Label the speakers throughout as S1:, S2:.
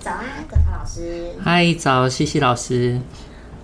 S1: 早安，葛涛老师。
S2: 嗨，早，西西老师。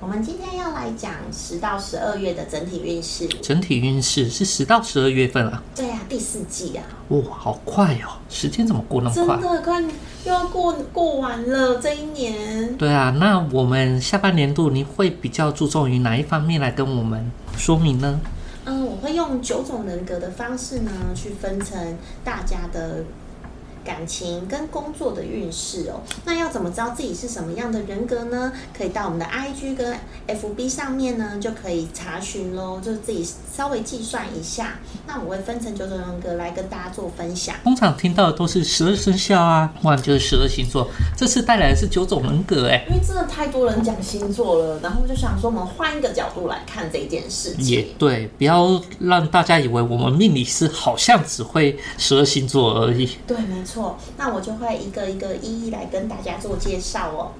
S1: 我们今天要来讲十到十二月的整体运势。
S2: 整体运势是十到十二月份啊，
S1: 对啊，第四季啊，
S2: 哇、好快哦，时间怎么过那么
S1: 真
S2: 快？
S1: 的快又要过过完了这一年。
S2: 对啊，那我们下半年度你会比较注重于哪一方面来跟我们说明呢？
S1: 嗯，我会用九种人格的方式呢，去分成大家的。感情跟工作的运势哦，那要怎么知道自己是什么样的人格呢？可以到我们的 IG 跟 FB 上面呢，就可以查询喽，就是自己稍微计算一下。那我会分成九种人格来跟大家做分享。
S2: 通常听到的都是十二生肖啊，不然就是十二星座。这次带来的是九种人格、哎，
S1: 因为真的太多人讲星座了，然后就想说我们换一个角度来看这件事
S2: 也
S1: 情。
S2: 对，不要让大家以为我们命理师好像只会十二星座而已。
S1: 对，没错。那我就会一个一个一一来跟大家做介绍哦。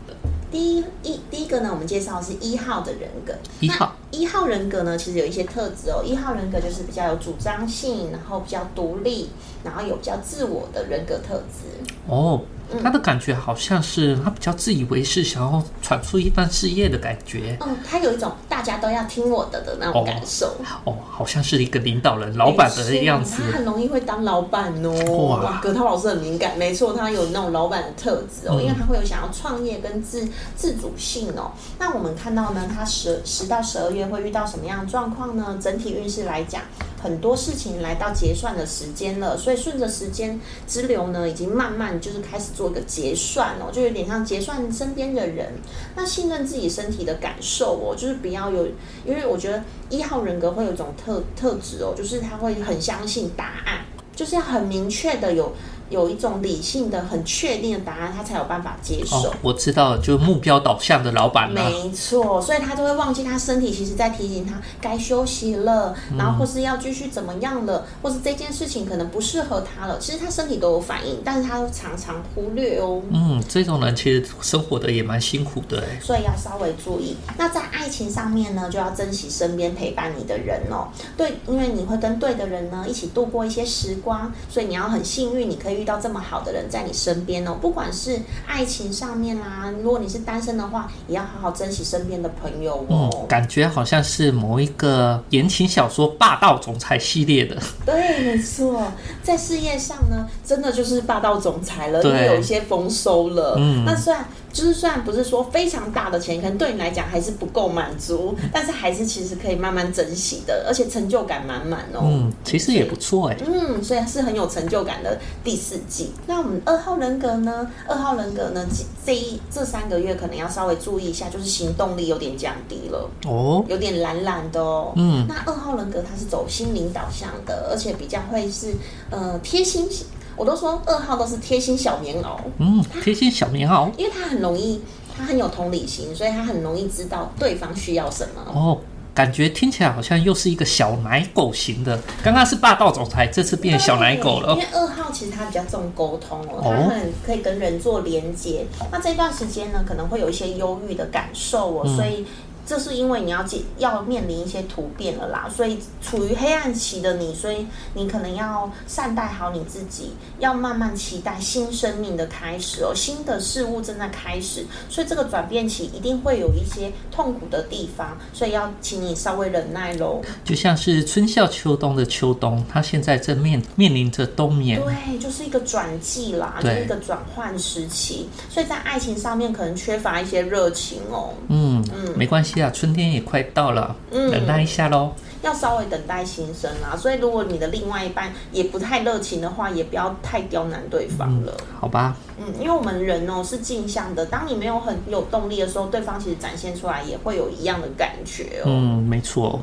S1: 第一一第一个呢，我们介绍的是一号的人格。
S2: 一号
S1: 那一号人格呢，其实有一些特质哦。一号人格就是比较有主张性，然后比较独立，然后有比较自我的人格特质。
S2: 哦，
S1: 嗯
S2: 他的感觉好像是他比较自以为是，想要闯出一番事业的感觉。
S1: 嗯，他有一种大家都要听我的的那种
S2: 哦
S1: 感受。
S2: 哦，好像是一个领导人、老板的样子
S1: 哎没错。他很容易会当老板哦。
S2: 哇
S1: 哇，葛涛老师很敏感，没错，他有那种老板的特质哦，
S2: 嗯
S1: 因为他会有想要创业跟自自主性哦。那我们看到呢，他十十到十二月会遇到什么样的状况呢？整体运势来讲，很多事情来到结算的时间了，所以顺着时间之流呢，已经慢慢就是开始做一个结算哦，就有点像结算身边的人。那信任自己身体的感受哦，就是不要有，因为我觉得一号人格会有一种特特质哦，就是他会很相信答案，就是要很明确的有有一种理性的、很确定的答案，他才有办法接受。
S2: 哦，啊我知道了，就是目标导向的老板呢、
S1: 没错，所以他就会忘记他身体其实在提醒他该休息了，然后或是要继续怎么样了，或是这件事情可能不适合他了。其实他身体都有反应，但是他常常忽略哦。
S2: 嗯，这种人其实生活的也蛮辛苦的、哎
S1: 所以要稍微注意。那在爱情上面呢，就要珍惜身边陪伴你的人哦。对，因为你会跟对的人呢一起度过一些时光，所以你要很幸运，你可以遇到这么好的人在你身边哦。不管是爱情上面啦、啊如果你是单身的话，也要好好珍惜身边的朋友哦。
S2: 嗯，感觉好像是某一个言情小说霸道总裁系列的。
S1: 对，没错，在事业上呢，真的就是霸道总裁了，
S2: 对
S1: 因为有一些丰收了。
S2: 嗯
S1: 那虽然就是虽然不是说非常大的钱，可能对你来讲还是不够满足，
S2: 嗯
S1: 但是还是其实可以慢慢珍惜的，而且成就感满满哦。
S2: 嗯，其实也不错哎、
S1: 嗯，所以是很有成就感的第四季。那我们二号人格呢？二号人格呢，这这一这三个月可能要稍微注意一下，就是行动力有点降低了。
S2: 哦，
S1: 有点懒懒的哦。
S2: 嗯，
S1: 那二号人格他是走心灵导向的，而且比较会是呃贴心，我都说二号都是贴心小棉袄，
S2: 嗯，贴心小棉袄。
S1: 因为他很容易，他很有同理心，所以他很容易知道对方需要什么。
S2: 哦，感觉听起来好像又是一个小奶狗型的。刚刚是霸道总裁，这次变小奶狗了
S1: 对因。为二号其实他比较重沟通哦，
S2: 哦
S1: 他很可以跟人做连接。那这段时间呢，可能会有一些忧郁的感受哦，
S2: 嗯
S1: 所以。这是因为你要解要面临一些突变了啦，所以处于黑暗期的你，所以你可能要善待好你自己，要慢慢期待新生命的开始哦，新的事物正在开始，所以这个转变期一定会有一些痛苦的地方，所以要请你稍微忍耐喽。
S2: 就像是春夏秋冬的秋冬，它现在正面面临着冬眠。
S1: 对，就是一个转季啦，就
S2: 对
S1: 是一个转换时期，所以在爱情上面可能缺乏一些热情哦，
S2: 嗯，没关系啊，春天也快到了，
S1: 嗯
S2: 忍耐一下喽。
S1: 要稍微等待新生啦。所以如果你的另外一半也不太热情的话，也不要太刁难对方了。
S2: 好吧，
S1: 嗯，因为我们人哦是镜像的，当你没有很有动力的时候，对方其实展现出来也会有一样的感觉哦。
S2: 嗯，没错，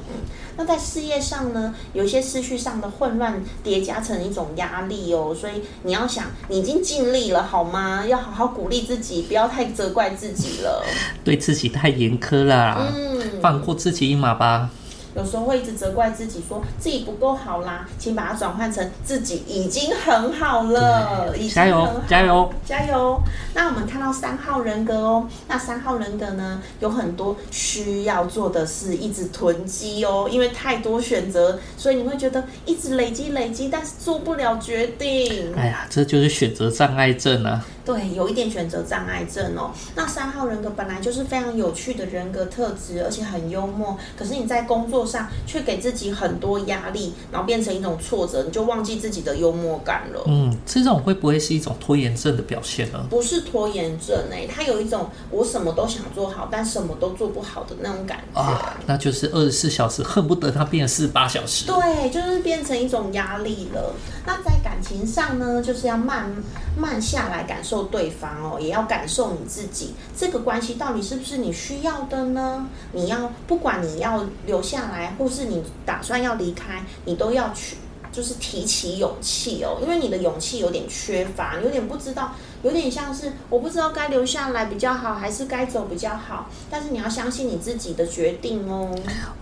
S1: 那在事业上呢，有一些思绪上的混乱叠加成一种压力哦，所以你要想，你已经尽力了好吗？要好好鼓励自己，不要太责怪自己了。
S2: 对自己太严苛了啊，
S1: 嗯，
S2: 放过自己一马吧。
S1: 有时候会一直责怪自己说，自己不够好啦，请把它转换成自己已经很好了，已经
S2: 加
S1: 很
S2: 油
S1: 好，
S2: 加油！
S1: 加油！那我们看到三号人格哦，那三号人格呢，有很多需要做的事，一直囤积哦，因为太多选择，所以你会觉得一直累积累积，但是做不了决定。
S2: 哎呀，这就是选择障碍症啊。
S1: 对，有一点选择障碍症哦。那三号人格本来就是非常有趣的人格特质，而且很幽默，可是你在工作上却给自己很多压力，然后变成一种挫折，你就忘记自己的幽默感了。
S2: 嗯，这种会不会是一种拖延症的表现呢？
S1: 不是拖延症哎、他有一种我什么都想做好，但什么都做不好的那种感觉。
S2: 啊，那就是二十四小时，恨不得它变四十八小时。
S1: 对，就是变成一种压力了。那在感情上呢，就是要慢慢下来感受对方哦，也要感受你自己，这个关系到底是不是你需要的呢？你要不管你要留下来，或是你打算要离开，你都要去。就是提起勇气哦，因为你的勇气有点缺乏，你有点不知道，有点像是我不知道该留下来比较好，还是该走比较好。但是你要相信你自己的决定哦。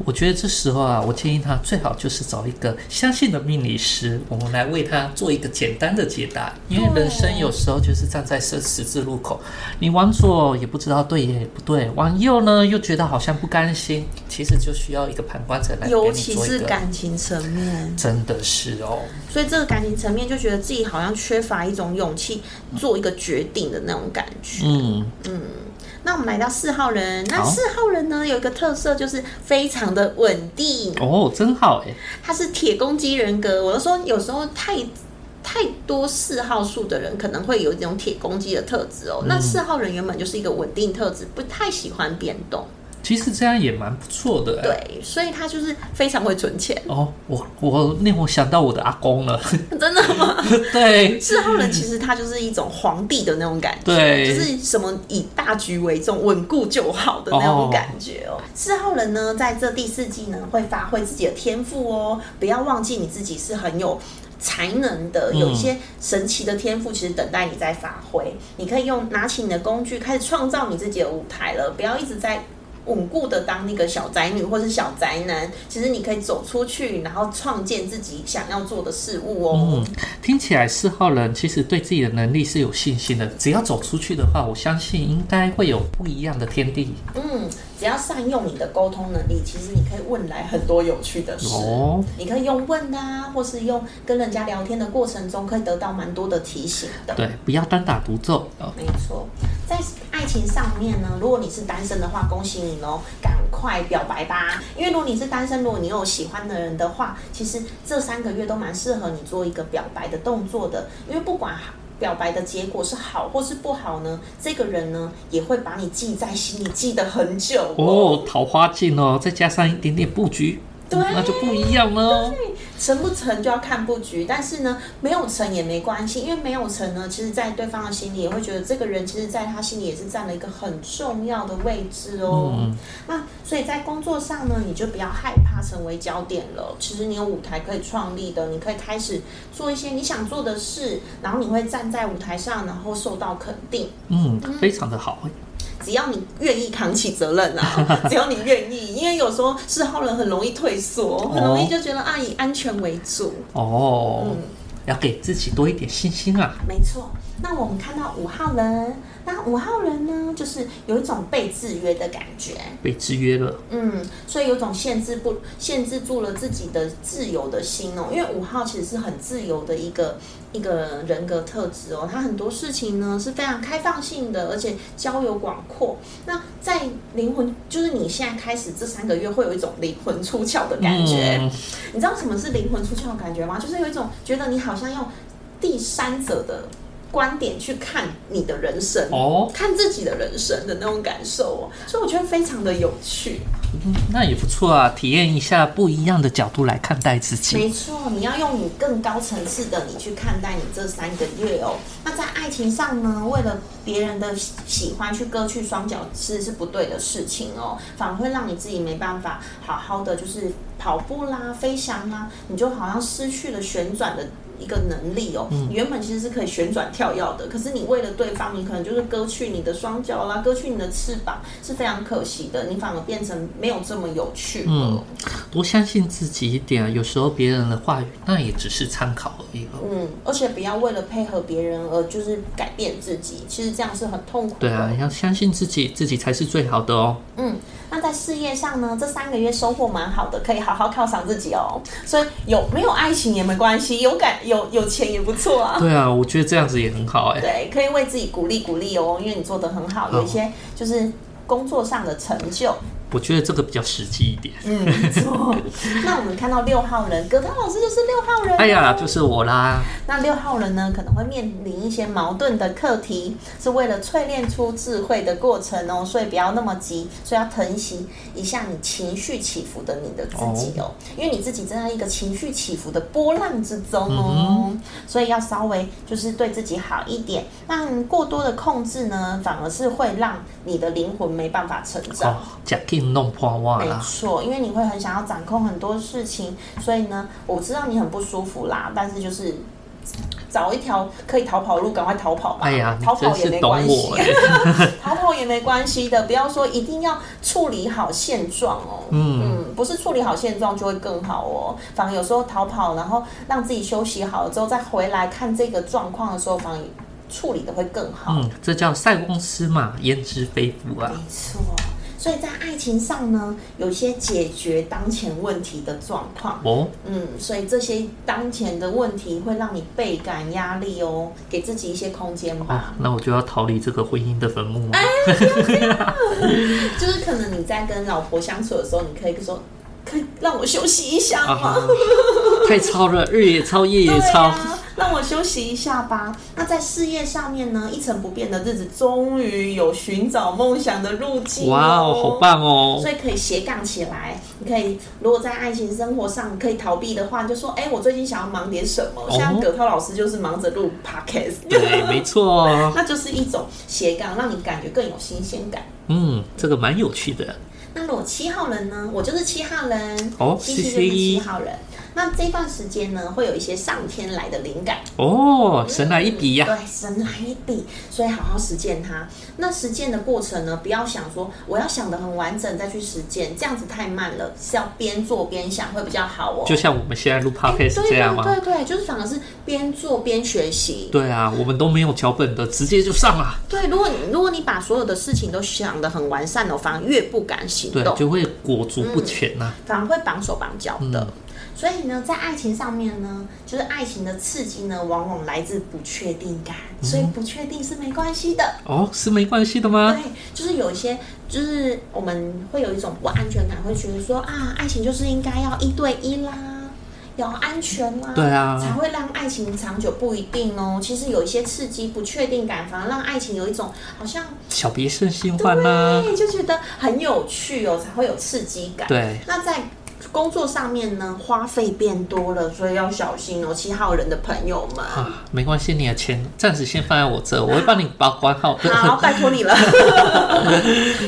S2: 我觉得这时候啊，我建议他最好就是找一个相信的命理师，我们来为他做一个简单的解答。因为人生有时候就是站在十十字路口，你往左也不知道对也不对，往右呢又觉得好像不甘心，其实就需要一个旁观者来给
S1: 尤
S2: 你
S1: 其
S2: 做
S1: 是
S2: 一个。
S1: 感情层面，
S2: 真的是哦，
S1: 所以这个感情层面就觉得自己好像缺乏一种勇气做一个决定的那种感觉。
S2: 嗯，
S1: 那我们来到四号人，那
S2: 好
S1: 四号人呢有一个特色就是非常的稳定，
S2: 哦，真好哎，
S1: 他是铁公鸡人格。我就说有时候太太多四号数的人可能会有一种铁公鸡的特质
S2: 嗯
S1: 哦。那四号人原本就是一个稳定特质，不太喜欢变动，
S2: 其实这样也蛮不错的哎。
S1: 对，所以他就是非常会存钱，
S2: 哦，我我令我想到我的阿公了，
S1: 真的吗？
S2: 对，
S1: 四号人其实他就是一种皇帝的那种感觉，
S2: 对
S1: 就是什么以大局为重、稳固就好的那种感觉哦。四号人呢，在这第四季呢，会发挥自己的天赋哦，不要忘记你自己是很有。才能的
S2: 嗯
S1: 有一些神奇的天赋，其实等待你在发挥。你可以用拿起你的工具，开始创造你自己的舞台了。不要一直在稳固的当那个小宅女或是小宅男。其实你可以走出去，然后创建自己想要做的事物哦。
S2: 嗯，听起来四号人其实对自己的能力是有信心的，只要走出去的话，我相信应该会有不一样的天地
S1: 嗯，只要善用你的沟通能力，其实你可以问来很多有趣的事。
S2: 哦。
S1: 你可以用问的啊，或是用跟人家聊天的过程中，可以得到蛮多的提醒的。
S2: 对，不要单打独斗哦。
S1: 没错，在爱情上面呢，如果你是单身的话，恭喜你哦，赶快表白吧！因为如果你是单身，如果你有喜欢的人的话，其实这三个月都蛮适合你做一个表白的动作的，因为不管表白的结果是好或是不好呢，这个人呢也会把你记在心里，记得很久
S2: 哦，桃花镜哦，再加上一点点布局，
S1: 对
S2: 那就不一样了哦。
S1: 成不成就要看布局，但是呢，没有成也没关系，因为没有成呢，其实在对方的心里也会觉得这个人其实在他心里也是占了一个很重要的位置哦。
S2: 嗯
S1: 那所以在工作上呢，你就不要害怕成为焦点了。其实你有舞台可以创立的，你可以开始做一些你想做的事，然后你会站在舞台上，然后受到肯定。
S2: 嗯，非常的好。
S1: 只要你愿意扛起责任啊，只要你愿意，因为有时候四号人很容易退缩，很容易就觉得啊以安全为主。
S2: 哦
S1: 嗯，
S2: 要给自己多一点信心啊。
S1: 没错。那我们看到五号人，那五号人呢，就是有一种被制约的感觉，
S2: 被制约了，
S1: 嗯，所以有种限制不限制住了自己的自由的心哦。因为五号其实是很自由的一个一个人格特质哦，他很多事情呢是非常开放性的，而且交友广阔。那在灵魂，就是你现在开始这三个月会有一种灵魂出窍的感觉，
S2: 嗯
S1: 你知道什么是灵魂出窍的感觉吗？就是有一种觉得你好像用第三者的观点去看你的人生，
S2: 哦，
S1: 看自己的人生的那种感受哦，所以我觉得非常的有趣。
S2: 那也不错啊，体验一下不一样的角度来看待自己。
S1: 没错，你要用你更高层次的你去看待你这三个月哦。那在爱情上呢，为了别人的喜喜欢去割去双脚，其实是不对的事情哦，反而会让你自己没办法好好的就是跑步啦、飞翔啦，你就好像失去了旋转的。一个能力哦，你原本其实是可以旋转跳跃的，可是你为了对方，你可能就是割去你的双脚啦，割去你的翅膀，是非常可惜的。你反而变成没有这么有趣了。
S2: 嗯多相信自己一点啊，有时候别人的话语那也只是参考而已哦。
S1: 嗯，而且不要为了配合别人而就是改变自己，其实这样是很痛苦的。
S2: 对啊，要相信自己，自己才是最好的哦。
S1: 嗯，那在事业上呢，这三个月收获蛮好的，可以好好犒赏自己哦。所以有没有爱情也没关系，有感有有钱也不错啊。
S2: 对啊，我觉得这样子也很好哎、
S1: 对，可以为自己鼓励鼓励哦，因为你做得很好，有一些就是工作上的成就。
S2: 我觉得这个比较实际一点。
S1: 嗯，没错。那我们看到六号人，葛涛老师就是六号人、
S2: 哎呀，就是我啦。
S1: 那六号人呢，可能会面临一些矛盾的课题，是为了淬炼出智慧的过程哦，所以不要那么急，所以要疼惜一下你情绪起伏的你的自己哦，因为你自己正在一个情绪起伏的波浪之中哦，所以要稍微就是对自己好一点。但过多的控制呢，反而是会让你的灵魂没办法成长。
S2: 哦，假定弄破袜
S1: 没
S2: 啦。
S1: 错，因为你会很想要掌控很多事情，所以呢，我知道你很不舒服啦，但是就是找一条可以逃跑路，赶快逃跑吧。
S2: 哎呀，你
S1: 逃
S2: 真
S1: 跑也
S2: 是
S1: 没
S2: 懂
S1: 关系啊
S2: 我，哎、
S1: 逃跑也没关系的，不要说一定要处理好现状哦。
S2: 嗯
S1: 不是处理好现状就会更好哦，反而有时候逃跑，然后让自己休息好了之后再回来看这个状况的时候，反而处理的会更好。
S2: 嗯，这叫塞翁失马，焉知非福啊
S1: 没。错，所以在爱情上呢，有一些解决当前问题的状况。
S2: 哦，
S1: 嗯，所以这些当前的问题会让你倍感压力哦，给自己一些空间吧。
S2: 哦那我就要逃离这个婚姻的坟墓
S1: 哎
S2: 了。
S1: 就是可能你在跟老婆相处的时候，你可以说，可以让我休息一下
S2: 啊
S1: 吗？
S2: 哈，太超了，日也超，夜
S1: 对
S2: 也超。
S1: 啊，让我休息一下吧。那在事业上面呢，一成不变的日子终于有寻找梦想的路径、
S2: 哇哦，好！棒哦！
S1: 所以可以斜杠起来。你可以，如果在爱情生活上可以逃避的话，你就说：“哎、我最近想要忙点什么？”像葛涛老师就是忙着录 podcast，
S2: 哦对，没错。哦
S1: 那就是一种斜杠，让你感觉更有新鲜感。
S2: 嗯，这个蛮有趣的。
S1: 那如果七号人呢？我就是七号人，
S2: 哦
S1: 西西就是七号人。那这段时间呢，会有一些上天来的灵感，
S2: 哦，神来一笔呀、
S1: 对，神来一笔，所以好好实践它。那实践的过程呢，不要想说我要想的很完整再去实践，这样子太慢了，是要边做边想会比较好哦。
S2: 就像我们现在录
S1: 哎对
S2: podcast 这样吗？
S1: 对对对，就是反而是边做边学习。
S2: 对啊，我们都没有脚本的，直接就上啊了。
S1: 对，如果你如果你把所有的事情都想得很完善哦，反而越不敢行
S2: 对，
S1: 动，
S2: 就会裹足不前呐、
S1: 反而会绑手绑脚的。
S2: 嗯
S1: 所以呢，在爱情上面呢，就是爱情的刺激呢，往往来自不确定感，
S2: 嗯
S1: 所以不确定是没关系的。
S2: 哦，是没关系的吗？
S1: 对，就是有一些，就是我们会有一种不安全感，会觉得说啊，爱情就是应该要一对一啦，要安全啦，
S2: 对啊
S1: 才会让爱情长久。不一定哦，其实有一些刺激、不确定感，反而让爱情有一种好像哎
S2: 小别胜新啊婚啦、
S1: 对，就觉得很有趣哦，才会有刺激感。
S2: 嗯对，
S1: 那在工作上面呢，花费变多了，所以要小心哦，七号人的朋友们。
S2: 啊，没关系，你的钱暂时先放在我这，我会帮你保管好的。
S1: 好，拜托 你了。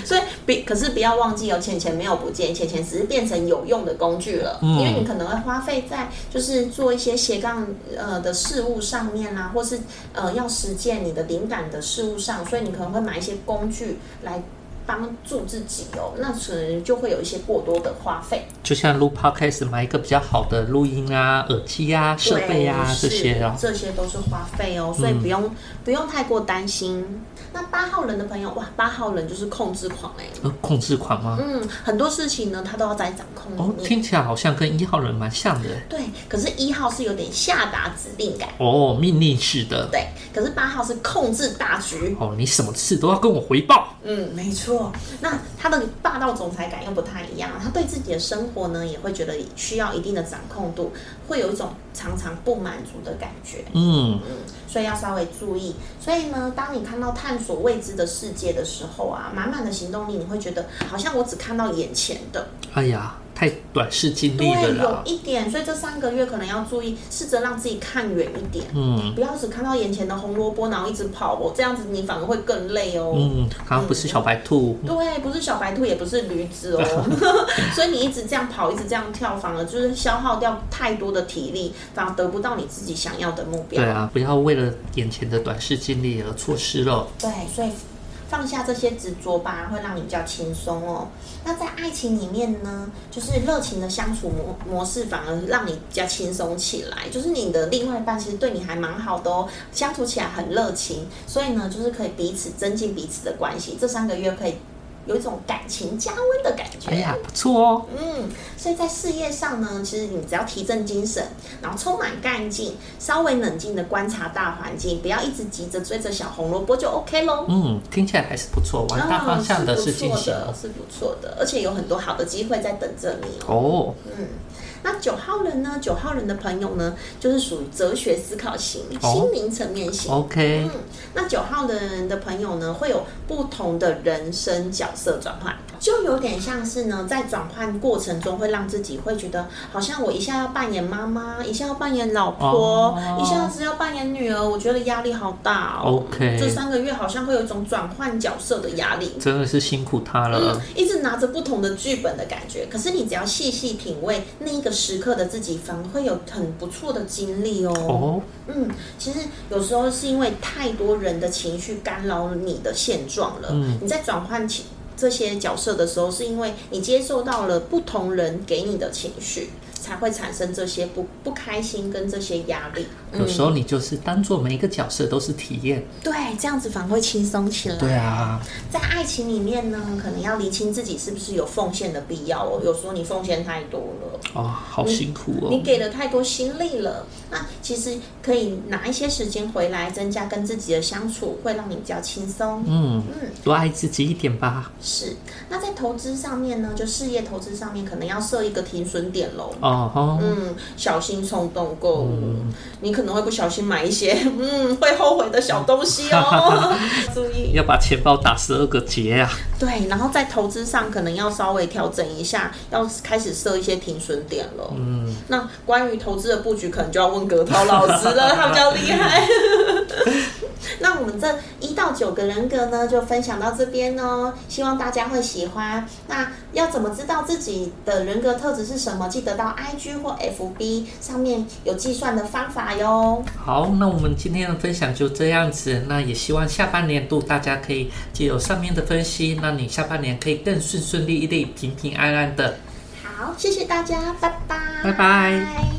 S1: 所以，别可是不要忘记哦，钱钱没有不见，钱钱只是变成有用的工具了。
S2: 嗯
S1: 因为你可能会花费在就是做一些斜杠呃的事物上面啦、或是呃要实践你的灵感的事物上，所以你可能会买一些工具来帮助自己哦。那可能就会有一些过多的花费。
S2: 就像录 podcast 买一个比较好的录音啊、耳机啊、设备啊
S1: 对
S2: 这些嗯啊
S1: 是。这些都是花费哦，所以不用、不用太过担心。那八号人的朋友，哇，八号人就是控制狂哎、
S2: 呃，控制狂吗？
S1: 嗯，很多事情呢，他都要在掌控
S2: 哦，
S1: 里面。
S2: 听起来好像跟一号人蛮像的。
S1: 对，可是一号是有点下达指令感，
S2: 哦，命令式的。
S1: 对，可是八号是控制大局。
S2: 哦，你什么事都要跟我回报。
S1: 嗯，没错。那他的霸道总裁感又不太一样，他对自己的生活呢，也会觉得需要一定的掌控度，会有一种常常不满足的感觉。
S2: 嗯，
S1: 所以要稍微注意。所以呢，当你看到探索未知的世界的时候啊，满满的行动力，你会觉得好像我只看到眼前的，
S2: 哎呀，太短视近利了
S1: 对，有
S2: 啦。
S1: 一点。所以这三个月可能要注意，试着让自己看远一点，
S2: 嗯
S1: 不要只看到眼前的红萝卜，然后一直跑哦，这样子你反而会更累哦。
S2: 嗯，好像不是小白兔。
S1: 对，不是小白兔，也不是驴子 哦，所以你一直这样跑，一直这样跳，反而就是消耗掉太多的体力，反而得不到你自己想要的目标。
S2: 对啊，不要为了眼前的短视近利而错失了。
S1: 对，所以放下这些执着吧，会让你比较轻松哦。那在爱情里面呢，就是热情的相处模模式，反而让你比较轻松起来。就是你的另外一半其实对你还蛮好的哦，相处起来很热情，所以呢，就是可以彼此增进彼此的关系。这三个月可以有一种感情加温的感觉。
S2: 哎呀，不错哦，
S1: 嗯，所以在事业上呢，其实你只要提振精神，然后充满干劲，稍微冷静的观察大环境，不要一直急着追着小红萝卜就 OK 喽。
S2: 嗯，听起来还是不错，往大方向的
S1: 哦是
S2: 是
S1: 不
S2: 进
S1: 嗯错
S2: 行
S1: 的，是不错的，而且有很多好的机会在等着你哦。
S2: 哦。
S1: 嗯，那九号人呢？九号人的朋友呢，就是属于哲学思考型、
S2: 哦
S1: 心灵层面型。
S2: OK，
S1: 嗯，那九号的人的朋友呢，会有不同的人生角色转换，就有点像是呢，在转换过程中会让自己会觉得，好像我一下要扮演妈妈，一下要扮演老婆，
S2: 哦
S1: 一下子要扮演女儿，我觉得压力好大哦。
S2: OK
S1: 这三个月好像会有一种转换角色的压力。
S2: 真的是辛苦他
S1: 嗯
S2: 了。，
S1: 一直拿着不同的剧本的感觉，可是你只要细细品味那一个时刻的自己，反而会有很不错的经历
S2: 哦，
S1: 嗯，其实有时候是因为太多人的情绪干扰你的现状了。
S2: 嗯
S1: 你在转换情这些角色的时候，是因为你接受到了不同人给你的情绪，才会产生这些不不开心跟这些压力。
S2: 有时候你就是当做每一个角色都是体验。
S1: 对，这样子反而会轻松起来。
S2: 对啊，
S1: 在爱情里面呢，可能要厘清自己是不是有奉献的必要哦。有时候你奉献太多了。
S2: 哦，好辛苦
S1: 你
S2: 哦。
S1: 给了太多心力了，那其实可以拿一些时间回来，增加跟自己的相处，会让你比较轻松。
S2: 嗯，
S1: 嗯，
S2: 多爱自己一点吧。
S1: 是。那在投资上面呢，就事业投资上面，可能要设一个停损点喽。
S2: 哦吼，
S1: 嗯，小心冲动购物，
S2: 嗯
S1: 你可能会不小心买一些嗯会后悔的小东西 哦，注意。
S2: 要把钱包打十二个结啊。
S1: 对，然后在投资上可能要稍微调整一下，要开始设一些停损点了。嗯，那关于投资的布局，可能就要问葛涛老师了， 他比较厉害。那我们这一到九个人格呢，就分享到这边哦，希望大家会喜欢。那要怎么知道自己的人格特质是什么？记得到 IG 或 FB 上面有计算的方法哟。
S2: 好，那我们今天的分享就这样子。那也希望下半年度大家可以借由上面的分析，那你下半年可以更顺顺利利、平平安安的。
S1: 好，谢谢大家，拜拜，
S2: 拜拜。